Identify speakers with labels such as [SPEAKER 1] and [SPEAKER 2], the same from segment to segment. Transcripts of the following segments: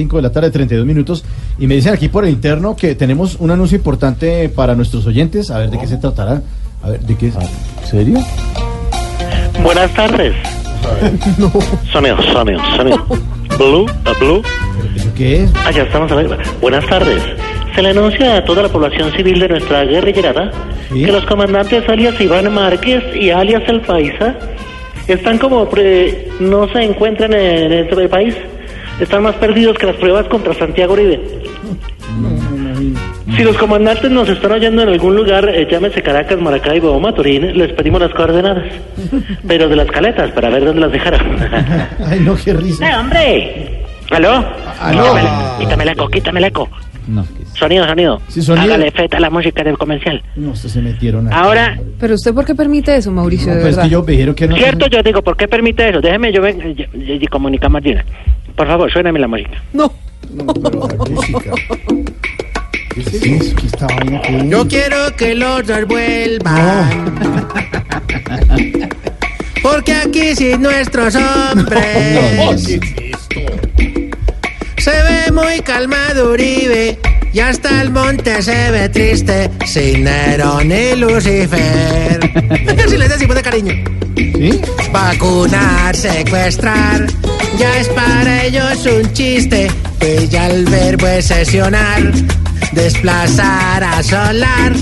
[SPEAKER 1] 5 de la tarde, 32 minutos. Y me dicen aquí por el interno que tenemos un anuncio importante para nuestros oyentes. A ver de qué se tratará. A ver, ¿de qué es? Ah, ¿Serio?
[SPEAKER 2] Buenas tardes. Sonido, sonido, sonido. Blue, a blue.
[SPEAKER 1] ¿Eso qué es?
[SPEAKER 2] Allá estamos a ver. Buenas tardes. Se le anuncia a toda la población civil de nuestra guerrillerada
[SPEAKER 1] Sí.
[SPEAKER 2] que los comandantes alias Iván Márquez y alias El Paisa están como pre- no se encuentran en este país. Están más perdidos que las pruebas contra Santiago Uribe. Si los comandantes nos están oyendo en algún lugar, eh, llámese Caracas, Maracaibo o Maturín, les pedimos las coordenadas. Pero de las caletas, para ver dónde las dejaron.
[SPEAKER 1] Ay, no, qué risa.
[SPEAKER 2] ¡Eh, hombre! ¿Aló?
[SPEAKER 1] Aló.
[SPEAKER 2] Quítame la- Quítame la eco, quítame la eco.
[SPEAKER 1] No, qué es.
[SPEAKER 2] Sonido, sonido.
[SPEAKER 1] Sí, sonido.
[SPEAKER 2] Hágale feta a la música del comercial.
[SPEAKER 1] No, ustedes se metieron aquí.
[SPEAKER 2] Ahora,
[SPEAKER 3] Pero usted, ¿por qué permite eso,
[SPEAKER 1] No,
[SPEAKER 3] Mauricio? de
[SPEAKER 1] pero es
[SPEAKER 3] verdad.
[SPEAKER 1] que yo me dijeron que no.
[SPEAKER 2] cierto, yo digo, ¿por qué permite eso? Déjeme, yo ven, yo- yo- yo comunico a Martina. Por favor, suéname la música.
[SPEAKER 3] No.
[SPEAKER 1] No, pero la música. ¿Qué es eso? ¿Qué esta vaina que es?
[SPEAKER 4] Yo quiero que los dos vuelvan. Porque aquí sí nuestros hombres. Se ve muy calmado Uribe. Y hasta el monte se ve triste. Sin Nerón y Lucifer. Casi les decimos de cariño.
[SPEAKER 1] ¿Sí?
[SPEAKER 4] Vacunar, secuestrar, ya es para ellos un chiste, pues ya el verbo es sesionar, desplazar, asolar,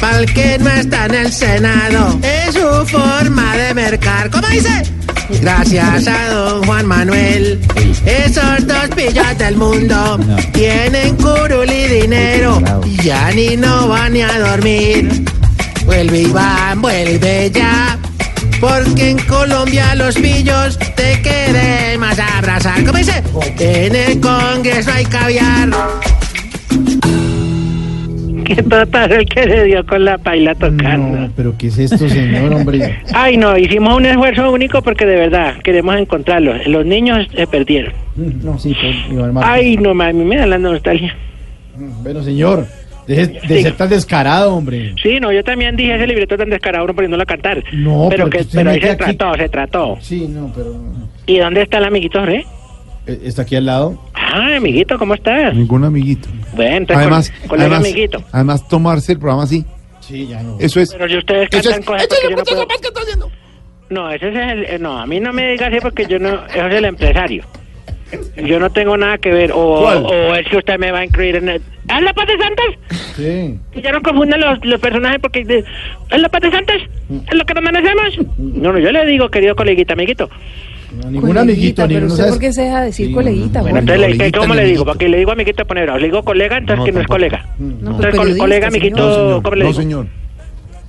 [SPEAKER 4] pa'l que no está en el Senado, es su forma de mercar, ¿cómo dice? Gracias a don Juan Manuel, esos dos pillos del mundo tienen curul y dinero, y ya ni no van ni a dormir. Vuelve Iván, vuelve ya. Porque en Colombia los pillos te queremos abrazar. ¿Cómo dice? En el Congreso hay caviar.
[SPEAKER 2] Qué total el que le dio con la paila tocando.
[SPEAKER 1] Mm. No, pero ¿qué es esto, señor, hombre?
[SPEAKER 2] Ay, no, hicimos un esfuerzo único porque de verdad queremos encontrarlos. Los niños se perdieron.
[SPEAKER 1] No, sí, con Iván Márquez.
[SPEAKER 2] Ay, no, mami, me da la nostalgia.
[SPEAKER 1] Bueno, señor, de, de
[SPEAKER 2] Sí.
[SPEAKER 1] ser tan descarado, hombre.
[SPEAKER 2] Sí, no, yo también dije ese libreto tan descarado, uno poniéndolo a cantar.
[SPEAKER 1] No,
[SPEAKER 2] pero,
[SPEAKER 1] pero
[SPEAKER 2] que,
[SPEAKER 1] tú te
[SPEAKER 2] pero ahí se
[SPEAKER 1] metes aquí.
[SPEAKER 2] trató, se trató.
[SPEAKER 1] Sí, no, pero...
[SPEAKER 2] ¿Y dónde está el amiguito, Re?
[SPEAKER 1] eh, ¿Está aquí al lado?
[SPEAKER 2] Ah, amiguito, ¿cómo estás?
[SPEAKER 5] Ningún amiguito.
[SPEAKER 2] Bueno, entonces,
[SPEAKER 5] Mm. Además,
[SPEAKER 2] Pues con, con el
[SPEAKER 5] además,
[SPEAKER 2] amiguito.
[SPEAKER 5] además, tomarse el programa así,
[SPEAKER 1] Sí, ya no.
[SPEAKER 5] eso es.
[SPEAKER 2] Pero si ustedes
[SPEAKER 5] Eso
[SPEAKER 2] cantan
[SPEAKER 5] es-
[SPEAKER 2] cosas
[SPEAKER 5] eso es
[SPEAKER 2] porque
[SPEAKER 5] lo
[SPEAKER 2] yo no puedo- No, ese es el... eh, No, a mí no me digas así porque yo no... Eso es el empresario. Yo no tengo nada que ver. O,
[SPEAKER 1] ¿Cuál?
[SPEAKER 2] o es que usted me va a incluir en el... ¡Haz la paz de Santos!
[SPEAKER 1] Sí.
[SPEAKER 2] Que ya no confundan los, los personajes porque... de- ¡Haz la paz de Santos! ¡Es lo que nos merecemos! No, no, yo le digo, querido coleguita, amiguito.
[SPEAKER 1] No, ningún amiguito,
[SPEAKER 3] pero
[SPEAKER 1] ninguno,
[SPEAKER 3] usted
[SPEAKER 1] ¿sabes?
[SPEAKER 3] por qué se deja decir
[SPEAKER 1] Sí,
[SPEAKER 3] coleguita?
[SPEAKER 1] no, no,
[SPEAKER 2] Bueno,
[SPEAKER 3] Jorge?
[SPEAKER 2] entonces, le-
[SPEAKER 5] coleguita,
[SPEAKER 2] ¿cómo le digo?
[SPEAKER 5] amiguito.
[SPEAKER 2] Porque le digo amiguito ponerlo. Le digo colega, entonces que no es
[SPEAKER 5] tampoco.
[SPEAKER 2] colega.
[SPEAKER 5] Mm, No,
[SPEAKER 6] pues,
[SPEAKER 3] pero
[SPEAKER 2] Entonces, col-
[SPEAKER 3] periodista,
[SPEAKER 2] colega,
[SPEAKER 3] señor.
[SPEAKER 2] amiguito,
[SPEAKER 5] No, señor.
[SPEAKER 2] ¿cómo le
[SPEAKER 5] No,
[SPEAKER 2] digo?
[SPEAKER 5] señor.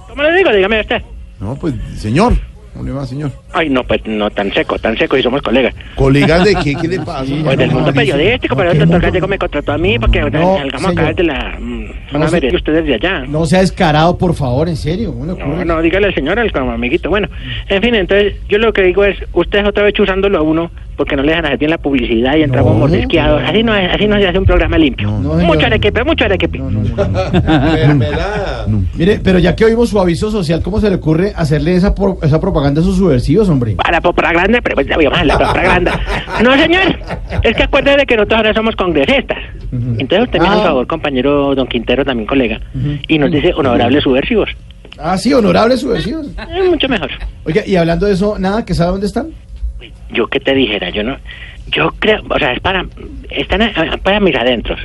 [SPEAKER 2] ¿Cómo le digo? Dígame usted.
[SPEAKER 5] No, pues, señor. ¿Cómo le va, señor?
[SPEAKER 2] Ay, no, pues no, tan seco, tan seco y somos colegas.
[SPEAKER 5] ¿Colegas de qué? ¿Qué le pasa?
[SPEAKER 2] Pues del mundo
[SPEAKER 5] Mauricio?
[SPEAKER 2] periodístico, pero
[SPEAKER 1] no,
[SPEAKER 2] este
[SPEAKER 1] qué
[SPEAKER 2] tocayo
[SPEAKER 1] mundo.
[SPEAKER 2] me contrató a mí para que
[SPEAKER 1] No,
[SPEAKER 2] salgamos acá
[SPEAKER 1] señor.
[SPEAKER 2] desde la. mm,
[SPEAKER 1] No,
[SPEAKER 2] Van a
[SPEAKER 1] se-
[SPEAKER 2] ver ustedes de allá.
[SPEAKER 1] No sea descarado, por favor, en serio. Bueno,
[SPEAKER 2] No, no, dígale al señor, al como amiguito. Bueno, en fin, entonces yo lo que digo es: ustedes otra vez chuzándolo a uno porque no le dejan hacer bien la publicidad y entramos
[SPEAKER 1] No.
[SPEAKER 2] mordisqueados. Así no, es- así no se hace un programa limpio.
[SPEAKER 1] no,
[SPEAKER 2] mucho
[SPEAKER 1] señor.
[SPEAKER 2] arequipe, mucho arequipe.
[SPEAKER 1] Mire, pero ya que oímos su aviso social, ¿cómo se le ocurre hacerle esa, por- esa propaganda a sus subversivos, hombre?
[SPEAKER 2] Para propaganda, pero pues, voy a bajar la propaganda. No, señor, es que acuérdate de que nosotros ahora somos congresistas.
[SPEAKER 1] Ujú.
[SPEAKER 2] Entonces usted me hace
[SPEAKER 1] Ah.
[SPEAKER 2] un favor, compañero don Quintero, también colega,
[SPEAKER 1] Ujú.
[SPEAKER 2] y nos dice honorables subversivos.
[SPEAKER 1] Ah, sí, honorables subversivos.
[SPEAKER 2] Eh, mucho mejor.
[SPEAKER 1] Oiga, y hablando de eso, ¿nada que sabe dónde están?
[SPEAKER 2] Yo que te dijera, yo no, yo creo, o sea, es para, están a- a- para mis adentros.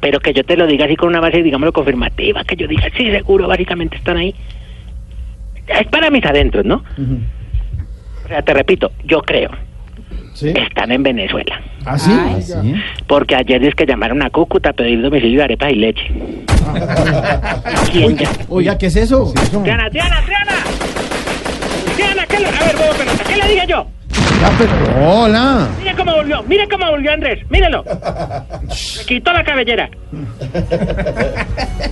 [SPEAKER 2] Pero que yo te lo diga así con una base, digámoslo, confirmativa, que yo diga, sí, seguro, básicamente están ahí. Es para mis adentros, ¿no? O sea, te repito, yo creo,
[SPEAKER 1] Sí.
[SPEAKER 2] están en Venezuela.
[SPEAKER 1] ¿Ah, sí?
[SPEAKER 3] Ay.
[SPEAKER 1] Ah, sí.
[SPEAKER 2] Porque ayer es que llamaron a Cúcuta a pedir domicilio de arepas y leche. ¿Quién ya?
[SPEAKER 1] Oiga, ¿qué es eso? ¿Qué es eso?
[SPEAKER 2] Diana, Diana, Diana. Diana, ¿qué le... A ver, huevo pelota, ¿qué le dije yo?
[SPEAKER 1] Ya, pero- hola.
[SPEAKER 2] Mire cómo volvió, mire cómo volvió Andrés, mírelo. Le quitó la cabellera.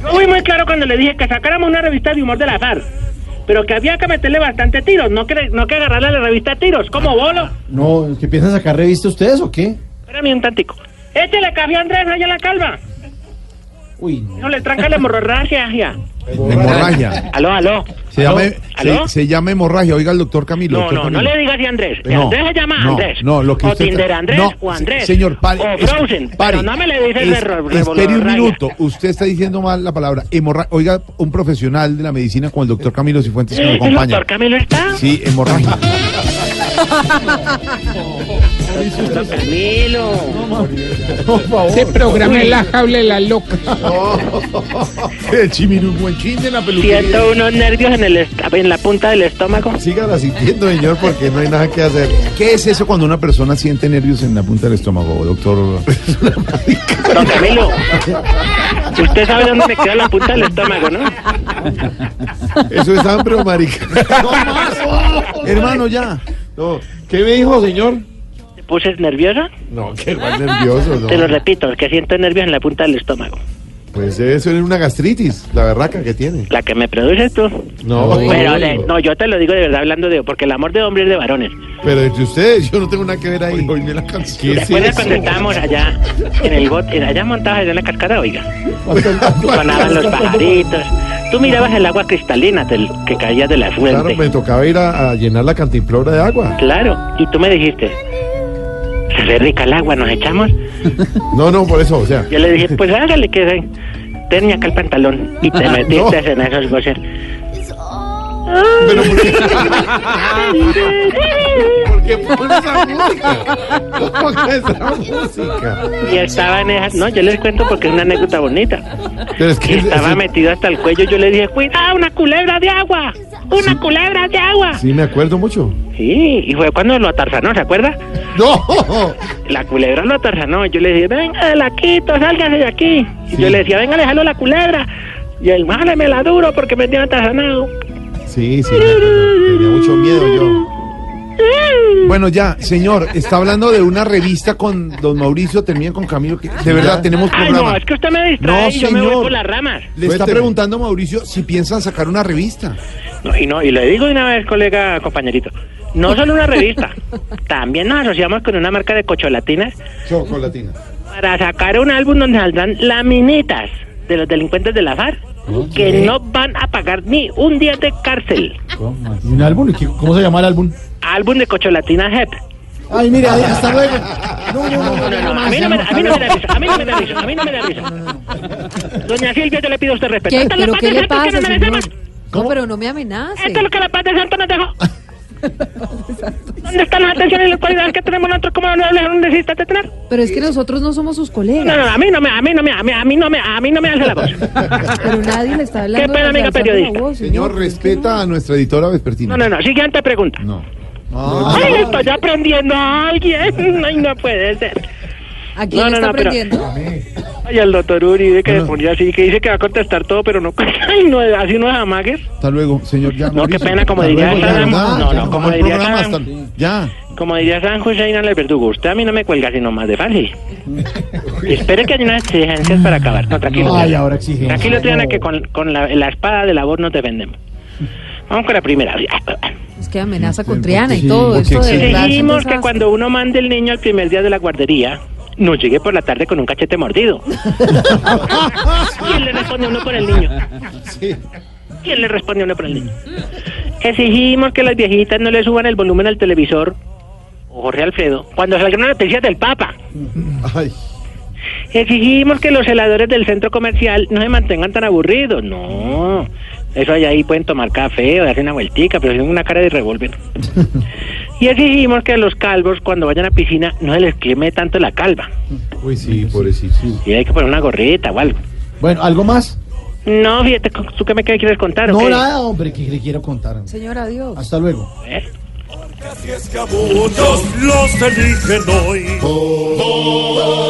[SPEAKER 2] Yo fui muy claro cuando le dije que sacáramos una revista de humor de la FARC, pero que había que meterle bastante tiros, no que, no que agarrarle a la revista a tiros, como bolo.
[SPEAKER 7] No, ¿qué piensan sacar revista ustedes o qué?
[SPEAKER 2] Espérame un tantico. Échale café a Andrés allá a la calva.
[SPEAKER 7] Uy, no.
[SPEAKER 2] No le tranca la hemorragia. ya.
[SPEAKER 1] Hemorragia.
[SPEAKER 2] Aló, aló.
[SPEAKER 1] Se
[SPEAKER 2] Aló,
[SPEAKER 1] llama,
[SPEAKER 2] aló.
[SPEAKER 1] se, se llama hemorragia. Oiga el doctor Camilo.
[SPEAKER 2] No,
[SPEAKER 1] doctor
[SPEAKER 2] no, no
[SPEAKER 1] Camilo.
[SPEAKER 2] le digas si Andrés. Si
[SPEAKER 1] No,
[SPEAKER 2] Andrés se llama
[SPEAKER 1] no,
[SPEAKER 2] Andrés.
[SPEAKER 1] no, lo que
[SPEAKER 2] o
[SPEAKER 1] usted está-
[SPEAKER 2] Tinder Andrés
[SPEAKER 1] no,
[SPEAKER 2] o
[SPEAKER 1] se-
[SPEAKER 2] Andrés.
[SPEAKER 1] Señor, pare.
[SPEAKER 2] O
[SPEAKER 1] es-
[SPEAKER 2] Frozen.
[SPEAKER 1] pare.
[SPEAKER 2] Pero no me le dices
[SPEAKER 1] Es-
[SPEAKER 2] de ro-
[SPEAKER 1] Espere un
[SPEAKER 2] revolorraya.
[SPEAKER 1] minuto. Usted está diciendo mal la palabra hemorragia. Oiga, un profesional de la medicina como el doctor Camilo Cifuentes que nos
[SPEAKER 2] ¿El
[SPEAKER 1] acompaña.
[SPEAKER 2] doctor Camilo está?
[SPEAKER 1] Sí, hemorragia.
[SPEAKER 2] Doctor Camilo.
[SPEAKER 8] Ese programa es la jaula de la loca.
[SPEAKER 1] El chimirun buen chin de la peluquería.
[SPEAKER 2] Siento unos nervios en, el est- en la punta del estómago.
[SPEAKER 1] Sígala sintiendo, señor, porque no hay nada que hacer. ¿Qué es eso cuando una persona siente nervios en la punta del estómago, doctor?
[SPEAKER 2] Don Camilo. Usted sabe dónde me queda la punta del estómago, ¿no?
[SPEAKER 1] Eso es hambre o marica. No más. Hermano, ya. No.
[SPEAKER 7] ¿Qué me dijo, señor?
[SPEAKER 2] ¿Te puses nerviosa?
[SPEAKER 1] No, que más nervioso,
[SPEAKER 2] Te lo
[SPEAKER 1] ¿no?
[SPEAKER 2] repito, que siento nervios en la punta del estómago.
[SPEAKER 1] Pues debe ser una gastritis, la berraca que tiene.
[SPEAKER 2] La que me produces tú.
[SPEAKER 1] No,
[SPEAKER 2] Pero de- no, yo te lo digo de verdad hablando de... Porque el amor de hombre es de varones.
[SPEAKER 1] pero entre ustedes, yo no tengo nada que ver ahí. Oíme la canción.
[SPEAKER 2] ¿Te acuerdas cuando estábamos allá en el bote, allá montados allá en la cascada, oiga? Sonaban los
[SPEAKER 1] pues.
[SPEAKER 2] pajaritos. Tú mirabas el agua cristalina del, que caía de la
[SPEAKER 1] Claro, pues. me
[SPEAKER 2] fuente.
[SPEAKER 1] tocaba ir a, a llenar la cantimplora de agua.
[SPEAKER 2] Claro, y tú me dijiste, se ve rica el agua, ¿nos echamos?
[SPEAKER 1] No, no, por eso, o sea.
[SPEAKER 2] Yo le dije, pues hágale que tenía acá el pantalón. Y te metiste en esos goces.
[SPEAKER 1] Pero ¿por qué? ¿Por qué pones esa música? ¿Por qué pones esa música?
[SPEAKER 2] Y estaba en esas... No, yo les cuento porque es una anécdota bonita.
[SPEAKER 1] Pero es
[SPEAKER 2] Y
[SPEAKER 1] que
[SPEAKER 2] estaba
[SPEAKER 1] sí,
[SPEAKER 2] metido hasta el cuello. Yo le dije, cuidado, una culebra de agua. Una culebra de agua.
[SPEAKER 1] sí me acuerdo mucho.
[SPEAKER 2] Sí, y fue cuando lo atarzanó, ¿se acuerda?
[SPEAKER 1] No,
[SPEAKER 2] La culebra lo atarzanó. Yo le decía, venga, la quito, sálgase de aquí. Y yo le decía, venga, déjalo la culebra. Y él, vale, me la duro porque me tiene atarzanado.
[SPEAKER 1] Sí, sí, me acuerdo. tenía mucho miedo yo. Bueno, ya, señor, está hablando de una revista con don Mauricio, termina con Camilo. que- de verdad, tenemos
[SPEAKER 2] Ay,
[SPEAKER 1] programa.
[SPEAKER 2] no, es que usted me distrae
[SPEAKER 1] No,
[SPEAKER 2] y yo me voy
[SPEAKER 1] señor.
[SPEAKER 2] por las ramas.
[SPEAKER 1] Le está preguntando Mauricio si piensan sacar una revista.
[SPEAKER 2] No, y no, y le digo de una vez, colega, compañerito, no solo una revista, también nos asociamos con una marca de cocholatinas
[SPEAKER 1] Chocolatina.
[SPEAKER 2] para sacar un álbum donde saldrán laminitas de los delincuentes de la FARC que no van a pagar ni un día de cárcel.
[SPEAKER 7] ¿Y un álbum? ¿Y qué- ¿Cómo se llama el álbum?
[SPEAKER 2] Álbum de cocholatina HEP.
[SPEAKER 7] Ay, mira, hasta luego. No, no, no,
[SPEAKER 2] No, no, a mí no me da a mí no me da risa, a mí no me da risa, a mí no me da risa. Doña Silvia, yo le pido a usted respeto.
[SPEAKER 6] ¿Qué?
[SPEAKER 2] Esta es la
[SPEAKER 6] ¿Pero
[SPEAKER 2] paz
[SPEAKER 6] qué
[SPEAKER 2] de
[SPEAKER 6] le
[SPEAKER 2] santos que
[SPEAKER 6] pasa,
[SPEAKER 2] nos
[SPEAKER 6] señor?
[SPEAKER 2] merecemos.
[SPEAKER 6] No, pero no me amenace.
[SPEAKER 2] Esto es lo que la paz de santo nos dejó. ¿Dónde están las atenciones y las cualidades que tenemos nosotros? ¿Cómo no les no necesitas de tener?
[SPEAKER 6] Pero es que nosotros no somos sus
[SPEAKER 2] No,
[SPEAKER 6] colegas.
[SPEAKER 2] no, a mí no me, a mí no me, a mí, a mí no me, a mí no me alza la voz.
[SPEAKER 6] Pero nadie le está hablando.
[SPEAKER 2] Qué pena,
[SPEAKER 6] de
[SPEAKER 2] amiga
[SPEAKER 6] alzar la
[SPEAKER 2] periodista.
[SPEAKER 6] voz,
[SPEAKER 1] Señor,
[SPEAKER 6] ¿por qué
[SPEAKER 1] respeta a nuestra editora vespertina.
[SPEAKER 2] No, no, no, siguiente pregunta.
[SPEAKER 1] No. Ah.
[SPEAKER 2] Ay, estoy aprendiendo a alguien. Ay, no puede ser.
[SPEAKER 6] no? ¿A quién
[SPEAKER 2] No, no,
[SPEAKER 6] está
[SPEAKER 2] no, pero-
[SPEAKER 6] aprendiendo?
[SPEAKER 2] Ay, al doctor Uribe que le ponía así, que dice que va a contestar todo, pero no. Ay, no, así no es amagues.
[SPEAKER 1] Hasta luego, señor. Ya,
[SPEAKER 2] No, qué pena, como
[SPEAKER 1] Hasta
[SPEAKER 2] diría
[SPEAKER 1] luego, ya,
[SPEAKER 2] Saddam.
[SPEAKER 1] ¿verdad?
[SPEAKER 2] No, no,
[SPEAKER 1] Ya,
[SPEAKER 2] como
[SPEAKER 1] hay
[SPEAKER 2] diría
[SPEAKER 1] programas,
[SPEAKER 2] Saddam.
[SPEAKER 1] tan- Ya.
[SPEAKER 2] Como diría San José Inal el verdugo, usted a mí no me cuelga sino más de fácil. Espere que hay unas exigencias para acabar. No, tranquilo.
[SPEAKER 7] Ay,
[SPEAKER 2] Triana.
[SPEAKER 7] ahora exigencia.
[SPEAKER 2] Tranquilo, Triana,
[SPEAKER 7] No.
[SPEAKER 2] que con, con la, la espada de labor no te vendemos. Vamos con la primera.
[SPEAKER 6] Es que amenaza con
[SPEAKER 1] Sí,
[SPEAKER 6] Triana
[SPEAKER 1] porque
[SPEAKER 6] y todo.
[SPEAKER 1] sí,
[SPEAKER 6] Esto
[SPEAKER 1] porque
[SPEAKER 6] de verdad es un
[SPEAKER 2] Exigimos que
[SPEAKER 6] desastre.
[SPEAKER 2] cuando uno mande el niño al primer día de la guardería, no llegue por la tarde con un cachete mordido. ¿Quién le responde a uno por el niño? ¿Quién le responde a uno por el niño? Exigimos que las viejitas no le suban el volumen al televisor, o Jorge Alfredo, cuando salgan las noticias del Papa.
[SPEAKER 1] Ay.
[SPEAKER 2] Exigimos que los heladores del centro comercial no se mantengan tan aburridos. No. Eso allá ahí pueden tomar café o darse una vueltica, pero tienen una cara de revólver. y exigimos que a los calvos cuando vayan a piscina no se les queme tanto la calva.
[SPEAKER 1] Uy, sí, pobrecito.
[SPEAKER 2] Y hay que poner una gorrita o algo.
[SPEAKER 7] Bueno, ¿algo más?
[SPEAKER 2] No, fíjate, ¿tú qué me quieres contar? o
[SPEAKER 7] No,
[SPEAKER 2] qué?
[SPEAKER 7] nada, hombre, que le quiero contar.
[SPEAKER 6] Señor, adiós.
[SPEAKER 7] Hasta luego.
[SPEAKER 2] ¿Eh?
[SPEAKER 9] Muchos los eligen hoy.